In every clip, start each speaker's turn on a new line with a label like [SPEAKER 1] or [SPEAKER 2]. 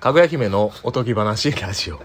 [SPEAKER 1] かぐや姫のおとぎ話ラジオ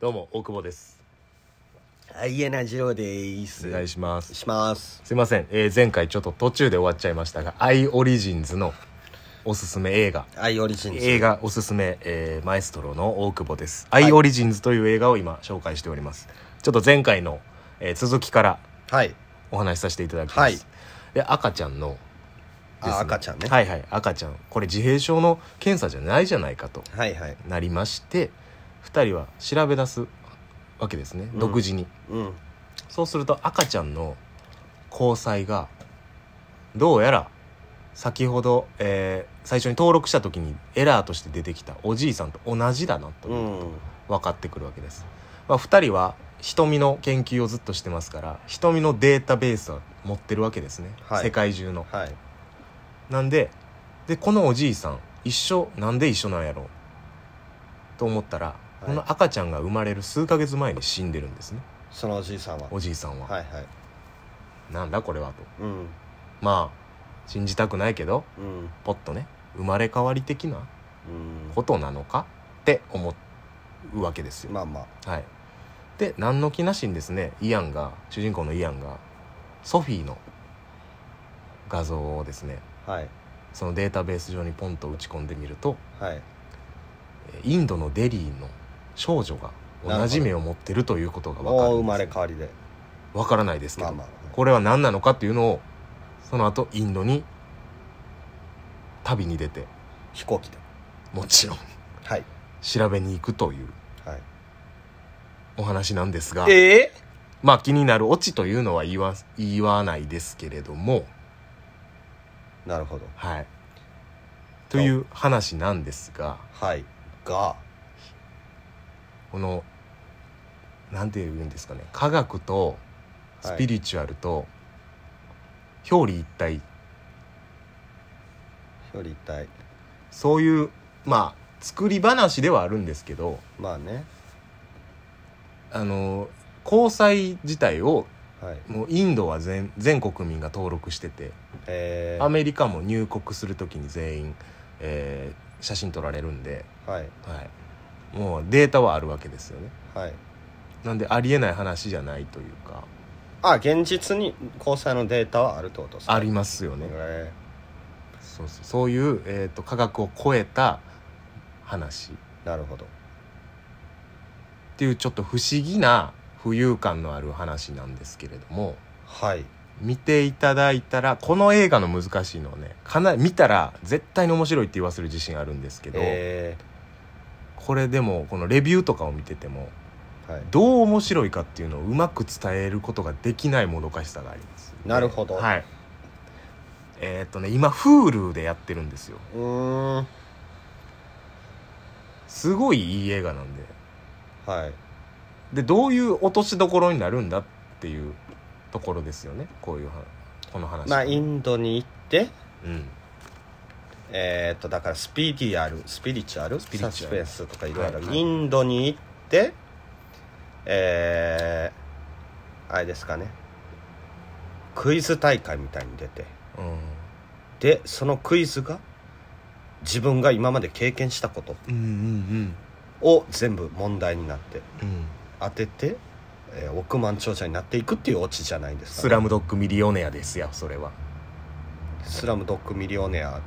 [SPEAKER 1] どうも大久保です
[SPEAKER 2] あいえなじろうでーす
[SPEAKER 1] お願いします
[SPEAKER 2] します
[SPEAKER 1] すいません、えー前回ちょっと途中で終わっちゃいましたが「アイオリジンズ」のおすすめ映画
[SPEAKER 2] アイオリジンズ
[SPEAKER 1] 映画おすすめ、えーマエストロの大久保です「アイオリジンズ」という映画を今紹介しておりますちょっと前回の、えー続きから
[SPEAKER 2] はい
[SPEAKER 1] お話しさせていただきます、
[SPEAKER 2] はい
[SPEAKER 1] で赤ちゃんの
[SPEAKER 2] あ赤ちゃんね
[SPEAKER 1] はいはい赤ちゃんこれ自閉症の検査じゃないじゃないかと
[SPEAKER 2] はいはい
[SPEAKER 1] なりまして2人は調べ出すわけですね、
[SPEAKER 2] うん
[SPEAKER 1] 独自に
[SPEAKER 2] うん
[SPEAKER 1] そうすると赤ちゃんの交際がどうやら先ほど、えー最初に登録した時にエラーとして出てきたおじいさんと同じだなと
[SPEAKER 2] うん
[SPEAKER 1] 分かってくるわけです、まあ、2人は瞳の研究をずっとしてますから瞳のデータベースは持ってるわけですね、
[SPEAKER 2] はい
[SPEAKER 1] 世界中の
[SPEAKER 2] はい
[SPEAKER 1] なんででこのおじいさん一緒なんで一緒なんやろうと思ったら、
[SPEAKER 2] い
[SPEAKER 1] この赤ちゃんが生まれる数ヶ月前に死んでるんですね
[SPEAKER 2] そのおじいさんは
[SPEAKER 1] おじいさんは、
[SPEAKER 2] はいはい
[SPEAKER 1] なんだこれはと
[SPEAKER 2] うん
[SPEAKER 1] まあ信じたくないけど
[SPEAKER 2] うん
[SPEAKER 1] ポッとね生まれ変わり的な
[SPEAKER 2] う
[SPEAKER 1] ことなのかって思うわけですよ
[SPEAKER 2] んまあまあ
[SPEAKER 1] はい、で何の気なしにですねイアンが主人公のイアンがソフィーの画像をですね
[SPEAKER 2] はい
[SPEAKER 1] そのデータベース上にポンと打ち込んでみると
[SPEAKER 2] はい
[SPEAKER 1] えーインドのデリーの少女が同じ目を持ってるということが分か
[SPEAKER 2] もう
[SPEAKER 1] る
[SPEAKER 2] 生
[SPEAKER 1] ん
[SPEAKER 2] ま
[SPEAKER 1] で
[SPEAKER 2] れ
[SPEAKER 1] す
[SPEAKER 2] 変わりで
[SPEAKER 1] わからないですけ
[SPEAKER 2] ま
[SPEAKER 1] ど、
[SPEAKER 2] あまあ
[SPEAKER 1] これは何なのかっていうのをその後インドに旅に出て
[SPEAKER 2] 飛行機で
[SPEAKER 1] もちろん
[SPEAKER 2] はい
[SPEAKER 1] 調べに行くという
[SPEAKER 2] はい
[SPEAKER 1] お話なんですが
[SPEAKER 2] え
[SPEAKER 1] まあ気になるオチというのは言わ言わないですけれども
[SPEAKER 2] ーなるほど
[SPEAKER 1] はい。という話なんですが、
[SPEAKER 2] はいが
[SPEAKER 1] この、なんて言うんですかね、科学とスピリチュアルと表裏一体、
[SPEAKER 2] 表裏一体
[SPEAKER 1] そういう、まあ、作り話ではあるんですけど、
[SPEAKER 2] まあね
[SPEAKER 1] あの、交際自体を、
[SPEAKER 2] はい
[SPEAKER 1] もうインドは全全国民が登録してて、
[SPEAKER 2] えー
[SPEAKER 1] アメリカも入国するときに全員、えー写真撮られるんで、
[SPEAKER 2] はい
[SPEAKER 1] はい。もうデータはあるわけですよね。
[SPEAKER 2] はい
[SPEAKER 1] なんでありえない話じゃないというか、
[SPEAKER 2] あ現実に交際のデータはあるってことですか
[SPEAKER 1] ありますよね、
[SPEAKER 2] え
[SPEAKER 1] そうそうそういう、えー、と科学を超えた話っ
[SPEAKER 2] ーなるほど
[SPEAKER 1] ていうちょっと不思議な浮遊感のある話なんですけれども
[SPEAKER 2] はい
[SPEAKER 1] 見ていただいたらこの映画の難しいのはねかなり見たら絶対に面白いって言わせる自信あるんですけど、
[SPEAKER 2] え
[SPEAKER 1] これでもこのレビューとかを見てても
[SPEAKER 2] ーはい、
[SPEAKER 1] どう面白いかっていうのをうまく伝えることができないもどかしさがあります
[SPEAKER 2] なるほど
[SPEAKER 1] はいえっ、とね今 Hulu でやってるんですよ
[SPEAKER 2] うーん
[SPEAKER 1] すごいいい映画なんで
[SPEAKER 2] はい
[SPEAKER 1] でどういう落としどころになるんだっていうところですよねこういうはこの話
[SPEAKER 2] まあインドに行って
[SPEAKER 1] うん
[SPEAKER 2] えー、っとだからスピリアルスピリチュアル
[SPEAKER 1] スピリチュアル
[SPEAKER 2] サスペンスとかいろいろある、
[SPEAKER 1] はいはい
[SPEAKER 2] インドに行ってえー、あれですかねクイズ大会みたいに出てでそのクイズが自分が今まで経験したこと
[SPEAKER 1] うんうんうん
[SPEAKER 2] を全部問題になって
[SPEAKER 1] うんうん
[SPEAKER 2] 当てて、えー億万長者になっていくっていうオチじゃないですか、
[SPEAKER 1] スラムドッグミリオネアですよそれは
[SPEAKER 2] スラムドッグミリオネア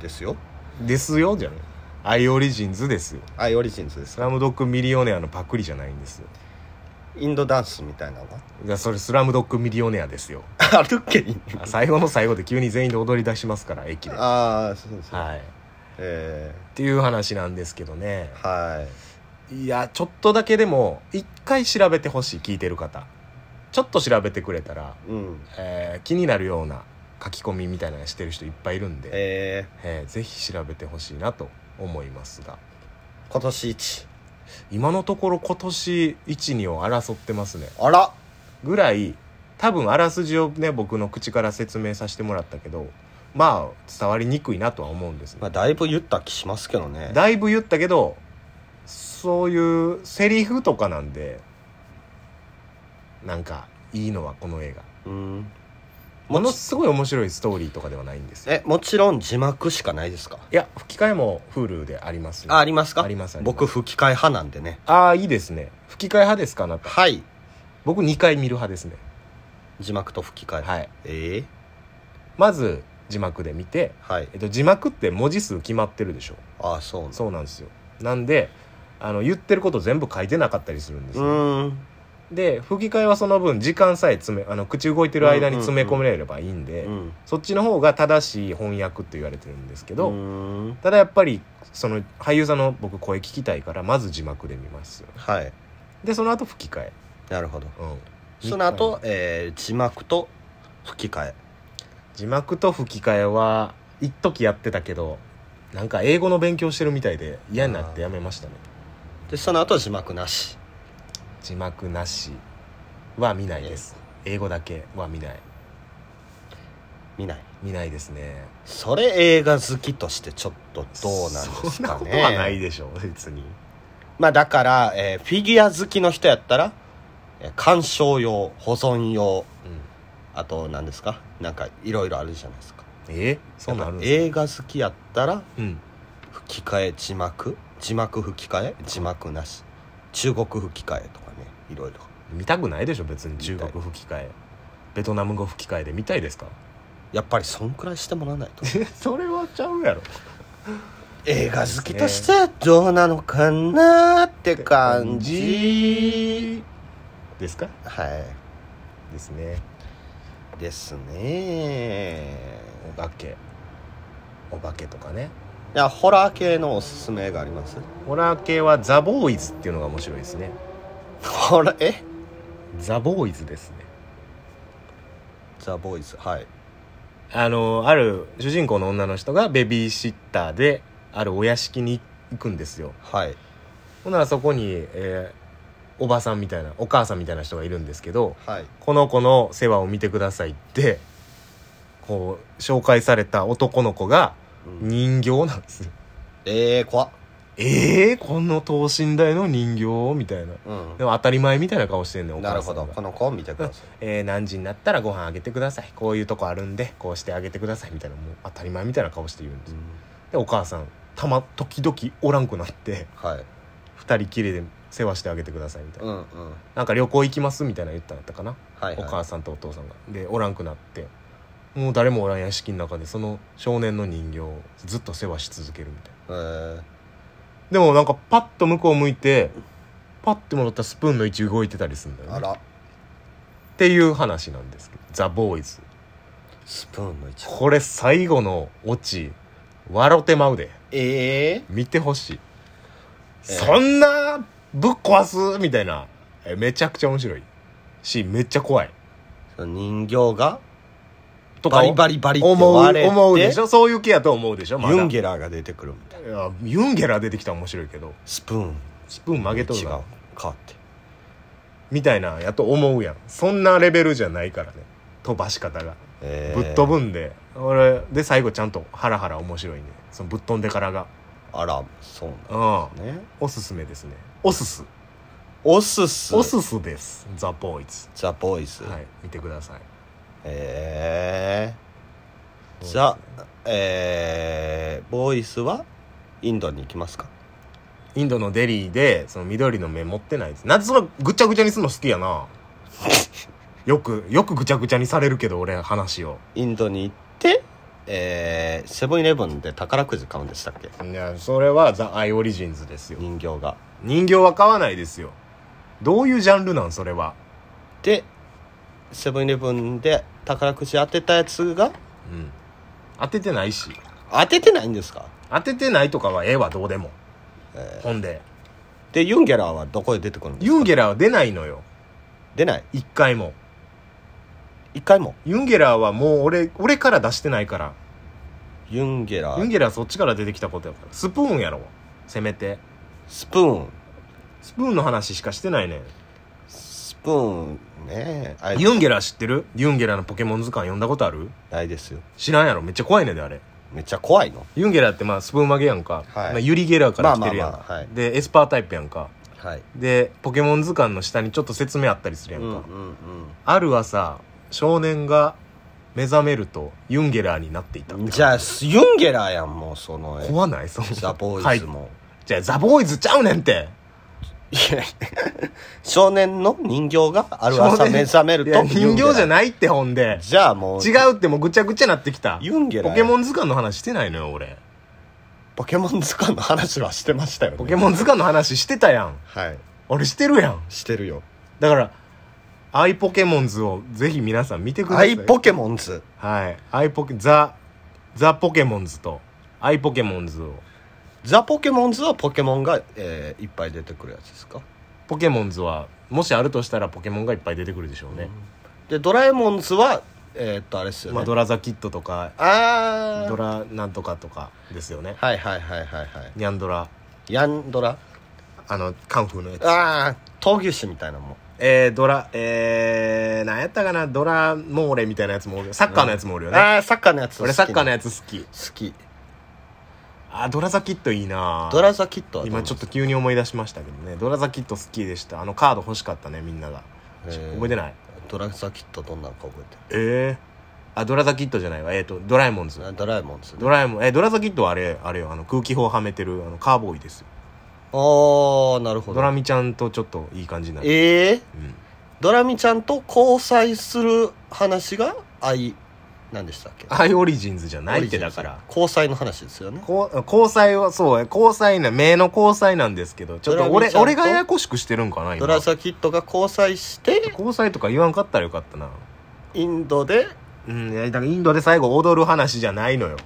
[SPEAKER 2] ですよ
[SPEAKER 1] ですよじゃないアイオリジンズですよ
[SPEAKER 2] アイオリジンズです
[SPEAKER 1] スラムドッグミリオネアのパクリじゃないんですよ
[SPEAKER 2] インドダンスみたい なのは
[SPEAKER 1] いやそれスラムドッグミリオネアですよ
[SPEAKER 2] あるっけに
[SPEAKER 1] あ最後の最後で急に全員で踊り出しますから駅では
[SPEAKER 2] ああそうですね、
[SPEAKER 1] いっ
[SPEAKER 2] え
[SPEAKER 1] ていう話なんですけどね
[SPEAKER 2] ーはい
[SPEAKER 1] いやちょっとだけでも一回調べてほしい聞いてる方ちょっと調べてくれたら、
[SPEAKER 2] うん
[SPEAKER 1] えー気になるような書き込みみたいなのしてる人いっぱいいるんで、
[SPEAKER 2] え
[SPEAKER 1] えーぜひ調べてほしいなと思いますが
[SPEAKER 2] ー、今年一
[SPEAKER 1] 今のところ今年12を争ってますね
[SPEAKER 2] あら
[SPEAKER 1] ぐらい多分あらすじをね僕の口から説明させてもらったけどまあ伝わりにくいなとは思うんですね
[SPEAKER 2] まあだいぶ言った気しますけどね
[SPEAKER 1] だいぶ言ったけどそういうセリフとかなんでなんかいいのはこの映画
[SPEAKER 2] うん
[SPEAKER 1] ものすごい面白いストーリーとかではないんですよ
[SPEAKER 2] えもちろん字幕しかないですか
[SPEAKER 1] いや吹き替えも Hulu でありますよ
[SPEAKER 2] あありますか
[SPEAKER 1] ありますあります
[SPEAKER 2] 僕吹き替え派なんでね
[SPEAKER 1] ああいいですね吹き替え派ですかあなた
[SPEAKER 2] はい
[SPEAKER 1] 僕2回見る派ですね
[SPEAKER 2] 字幕と吹き替え、
[SPEAKER 1] はい
[SPEAKER 2] ええ
[SPEAKER 1] まず字幕で見て、
[SPEAKER 2] はい
[SPEAKER 1] えっと、字幕って文字数決まってるでしょ
[SPEAKER 2] ああそうなん
[SPEAKER 1] そうなんですよなんであの言ってること全部書いてなかったりするんです
[SPEAKER 2] う
[SPEAKER 1] よ、
[SPEAKER 2] ーん
[SPEAKER 1] で吹き替えはその分時間さえ詰めあの口動いてる間に詰め込めればいいんで、
[SPEAKER 2] うん
[SPEAKER 1] そっちの方が正しい翻訳って言われてるんですけど、
[SPEAKER 2] うーん
[SPEAKER 1] ただやっぱりその俳優さんの僕声聞きたいからまず字幕で見ますよ
[SPEAKER 2] はい
[SPEAKER 1] でその後吹き替え、
[SPEAKER 2] なるほど
[SPEAKER 1] うん、
[SPEAKER 2] その後、えー字幕と吹き替え
[SPEAKER 1] 字幕と吹き替えは一時やってたけどなんか英語の勉強してるみたいで嫌になってやめましたね
[SPEAKER 2] でその後字幕なし
[SPEAKER 1] 字幕なしは見ないです英語だけは見ない
[SPEAKER 2] 見ない
[SPEAKER 1] 見ないですね
[SPEAKER 2] それ映画好きとしてちょっとどうなんです
[SPEAKER 1] そんな
[SPEAKER 2] か
[SPEAKER 1] こと
[SPEAKER 2] ね
[SPEAKER 1] はないでしょ別に
[SPEAKER 2] まあだから、えーフィギュア好きの人やったら、えー鑑賞用保存用
[SPEAKER 1] うん
[SPEAKER 2] あと何ですかなんかいろいろあるじゃないですか
[SPEAKER 1] えそうなるん
[SPEAKER 2] やっぱ映画好きやったら
[SPEAKER 1] うん
[SPEAKER 2] 吹き替え字幕字幕吹き替え字幕なし中国吹き替えとかねいろいろ
[SPEAKER 1] 見たくないでしょ別に中国吹き替えベトナム語吹き替えで見たいですか
[SPEAKER 2] やっぱりそんくらいしてもらわないと
[SPEAKER 1] それはちゃうやろ
[SPEAKER 2] 映画好きとしてどうなのかなって感じ
[SPEAKER 1] ですか
[SPEAKER 2] は
[SPEAKER 1] ですね
[SPEAKER 2] いですね
[SPEAKER 1] お化けお化けとかね
[SPEAKER 2] いやホラー系のおすすめ映画あります
[SPEAKER 1] ホラー系はザ・ボーイズっていうのが面白いですね
[SPEAKER 2] ほらえ
[SPEAKER 1] ザ・ボーイズですね
[SPEAKER 2] ザ・ボーイズはい
[SPEAKER 1] あのある主人公の女の人がベビーシッターであるお屋敷に行くんですよ
[SPEAKER 2] はい
[SPEAKER 1] ほんならそこに、えーおばさんみたいなお母さんみたいな人がいるんですけど
[SPEAKER 2] はい
[SPEAKER 1] この子の世話を見てくださいってこう紹介された男の子が
[SPEAKER 2] うん
[SPEAKER 1] 人形なんですよ
[SPEAKER 2] ええー、怖っ
[SPEAKER 1] えー、この等身大の人形みたいな
[SPEAKER 2] うん
[SPEAKER 1] でも当たり前みたいな顔してんねんお
[SPEAKER 2] な
[SPEAKER 1] 母
[SPEAKER 2] る
[SPEAKER 1] さ
[SPEAKER 2] ほ
[SPEAKER 1] んが
[SPEAKER 2] どこの子を見てください
[SPEAKER 1] えー何時になったらご飯あげてくださいこういうとこあるんでこうしてあげてくださいみたいなもう当たり前みたいな顔して言うんですよでお母さんたま時々おらんくなって
[SPEAKER 2] はい
[SPEAKER 1] 二人きりで世話してあげてくださいみたいな、
[SPEAKER 2] うんうん
[SPEAKER 1] なんか旅行行きますみたいな言ったんやったかな、
[SPEAKER 2] はい
[SPEAKER 1] お母
[SPEAKER 2] は
[SPEAKER 1] さんとお父さんがでおらんくなってもう誰もおらん屋敷の中でその少年の人形をずっと世話し続けるみたいない
[SPEAKER 2] えー
[SPEAKER 1] でもなんかパッと向こう向いてパッて戻ったらスプーンの位置動いてたりするんだよ、ね、
[SPEAKER 2] あら
[SPEAKER 1] っていう話なんですけどザ・ボーイズ
[SPEAKER 2] スプーンの位置
[SPEAKER 1] これ最後のオチ笑てまうで
[SPEAKER 2] ええ
[SPEAKER 1] 見てほしい、
[SPEAKER 2] えー
[SPEAKER 1] そんなぶっ壊すみたいなえめちゃくちゃ面白いしめっちゃ怖い
[SPEAKER 2] 人形が
[SPEAKER 1] とか
[SPEAKER 2] バリバリバリって
[SPEAKER 1] 思う
[SPEAKER 2] 割れて
[SPEAKER 1] 思うでしょそういう系やと思うでしょまだ
[SPEAKER 2] ユンゲラーが出てくるみたいない
[SPEAKER 1] やユンゲラー出てきたら面白いけど
[SPEAKER 2] スプーン
[SPEAKER 1] スプーン曲げとる
[SPEAKER 2] 違う
[SPEAKER 1] な
[SPEAKER 2] 変わって
[SPEAKER 1] みたいなやと思うやんそんなレベルじゃないからね飛ばし方が
[SPEAKER 2] え
[SPEAKER 1] ぶっ飛ぶんで、俺で最後ちゃんとハラハラ面白いねそのぶっ飛んでからが
[SPEAKER 2] あらそう
[SPEAKER 1] うん
[SPEAKER 2] なんね
[SPEAKER 1] おすすめですねおすす
[SPEAKER 2] おすす
[SPEAKER 1] おすすですザ・ボーイズ
[SPEAKER 2] ザ・ボーイズ
[SPEAKER 1] はい見てください
[SPEAKER 2] ええー、じゃあえー、ボーイズはインドに行きますか
[SPEAKER 1] インドのデリーでその緑の目持ってないですなんでそのぐちゃぐちゃにするの好きやなよくよくぐちゃぐちゃにされるけど俺話を
[SPEAKER 2] インドに行ってえー、セブンイレブンで宝くじ買うんでしたっけ
[SPEAKER 1] いやそれはザ・アイ・オリジンズですよ
[SPEAKER 2] 人形が
[SPEAKER 1] 人形は買わないですよどういうジャンルなんそれは
[SPEAKER 2] でセブンイレブンで宝くじ当てたやつが
[SPEAKER 1] うん当ててないし
[SPEAKER 2] 当ててないんですか
[SPEAKER 1] 当ててないとかはええわどうでも、
[SPEAKER 2] え
[SPEAKER 1] ほんで
[SPEAKER 2] でユンゲラーはどこで出てくるんですか
[SPEAKER 1] ユンゲラーは出ないのよ
[SPEAKER 2] 出ない
[SPEAKER 1] 一回も
[SPEAKER 2] 一回も
[SPEAKER 1] ユンゲラーはもう俺俺から出してないから
[SPEAKER 2] ユンゲラ
[SPEAKER 1] ユン
[SPEAKER 2] ー
[SPEAKER 1] ゲラーそっちから出てきたことやからスプーンやろせめて
[SPEAKER 2] スプーン
[SPEAKER 1] スプーンの話しかしてないねん
[SPEAKER 2] スプーンねあれ
[SPEAKER 1] ユンゲラー知ってるユンゲラーのポケモン図鑑読んだことある
[SPEAKER 2] ないですよ
[SPEAKER 1] 知らんやろめっちゃ怖いねんであれ
[SPEAKER 2] めっちゃ怖いの
[SPEAKER 1] ユンゲラーってまあスプーン曲げやんか、ま
[SPEAKER 2] はい
[SPEAKER 1] あユリゲラーから来てるやん、
[SPEAKER 2] まあまあまあはい
[SPEAKER 1] でエスパータイプやんか
[SPEAKER 2] はい
[SPEAKER 1] でポケモン図鑑の下にちょっと説明あったりする
[SPEAKER 2] う
[SPEAKER 1] や
[SPEAKER 2] ん
[SPEAKER 1] んか、
[SPEAKER 2] うんうん
[SPEAKER 1] ある朝少年が目覚めるとユンゲラーになっていたって
[SPEAKER 2] じゃあユンゲラーやんもうその
[SPEAKER 1] 怖ないその
[SPEAKER 2] ザ・ボーイズ
[SPEAKER 1] はい、
[SPEAKER 2] も、
[SPEAKER 1] じゃあザ・ボーイズちゃうねんって
[SPEAKER 2] いや少年の人形がある
[SPEAKER 1] 少
[SPEAKER 2] 朝
[SPEAKER 1] 年
[SPEAKER 2] 目覚める
[SPEAKER 1] いや
[SPEAKER 2] と
[SPEAKER 1] 人形じゃ
[SPEAKER 2] い
[SPEAKER 1] ないってほんで
[SPEAKER 2] じゃあもう
[SPEAKER 1] 違うってもうぐちゃぐちゃなってきた
[SPEAKER 2] ユンゲラー
[SPEAKER 1] ポケモン図鑑の話してないのよ俺
[SPEAKER 2] ポケモン図鑑の話はしてましたよね
[SPEAKER 1] ポケモン図鑑の話してたやん
[SPEAKER 2] はい
[SPEAKER 1] 俺してるやん
[SPEAKER 2] してるよ
[SPEAKER 1] だからアイポケモンズをぜひ皆さん見てくだ
[SPEAKER 2] ア
[SPEAKER 1] さい
[SPEAKER 2] イポケモンズ
[SPEAKER 1] はいアイポケザザポケモンズとアイポケモンズを
[SPEAKER 2] ザ・ポケモンズはポケモンが、えーいっぱい出てくるやつですか
[SPEAKER 1] ポケモンズはもしあるとしたらポケモンがいっぱい出てくるでしょうね、
[SPEAKER 2] でドラえもんズはえーっとあれっすよね、
[SPEAKER 1] まあ、ドラザキッドとか
[SPEAKER 2] あー
[SPEAKER 1] ドラなんとかとかですよね
[SPEAKER 2] はいはいはいはいはい
[SPEAKER 1] ニャンドラ
[SPEAKER 2] ヤンドラ
[SPEAKER 1] あのカンフーのやつ
[SPEAKER 2] ああ闘牛士みたいなもん
[SPEAKER 1] えー、ドラえー、なんやったかなドラモーレみたいなやつもおるサッカーのやつもおるよね、
[SPEAKER 2] ああサッカーのやつ
[SPEAKER 1] 俺サッカーの
[SPEAKER 2] や
[SPEAKER 1] やつ好き
[SPEAKER 2] つ好き
[SPEAKER 1] あドラザキッドいいな
[SPEAKER 2] ドラザキットはどう
[SPEAKER 1] 今ちょっと急に思い出しましたけどねドラザキッド好きでしたあのカード欲しかったねみんなが
[SPEAKER 2] へー
[SPEAKER 1] 覚えてない
[SPEAKER 2] ドラザキットどんなのか覚えて
[SPEAKER 1] えー、あドラザキッドじゃないわえっ、とドラえもんズ
[SPEAKER 2] るあドラえもんズ
[SPEAKER 1] ドラえもんえドラザキッドはあれあれよあの空気砲はめてるあのカーボーイですよ
[SPEAKER 2] ああなるほど
[SPEAKER 1] ドラミちゃんとちょっといい感じになる
[SPEAKER 2] ええ
[SPEAKER 1] うん
[SPEAKER 2] ドラミちゃんと交際する話が愛何でしたっけ
[SPEAKER 1] アイオリジンズじゃないっ
[SPEAKER 2] オリジ
[SPEAKER 1] て
[SPEAKER 2] ンズ
[SPEAKER 1] だから
[SPEAKER 2] 交際の話ですよね
[SPEAKER 1] こう交際はそう交際な名の交際なんですけどちょっと
[SPEAKER 2] ドラ
[SPEAKER 1] 俺
[SPEAKER 2] ミちゃんと
[SPEAKER 1] 俺がややこしくしてるんかな
[SPEAKER 2] ド
[SPEAKER 1] 今
[SPEAKER 2] ラザキットが交際して
[SPEAKER 1] 交際とか言わんかったらよかったな
[SPEAKER 2] インドで
[SPEAKER 1] うんいやだからインドで最後踊る話じゃないのよ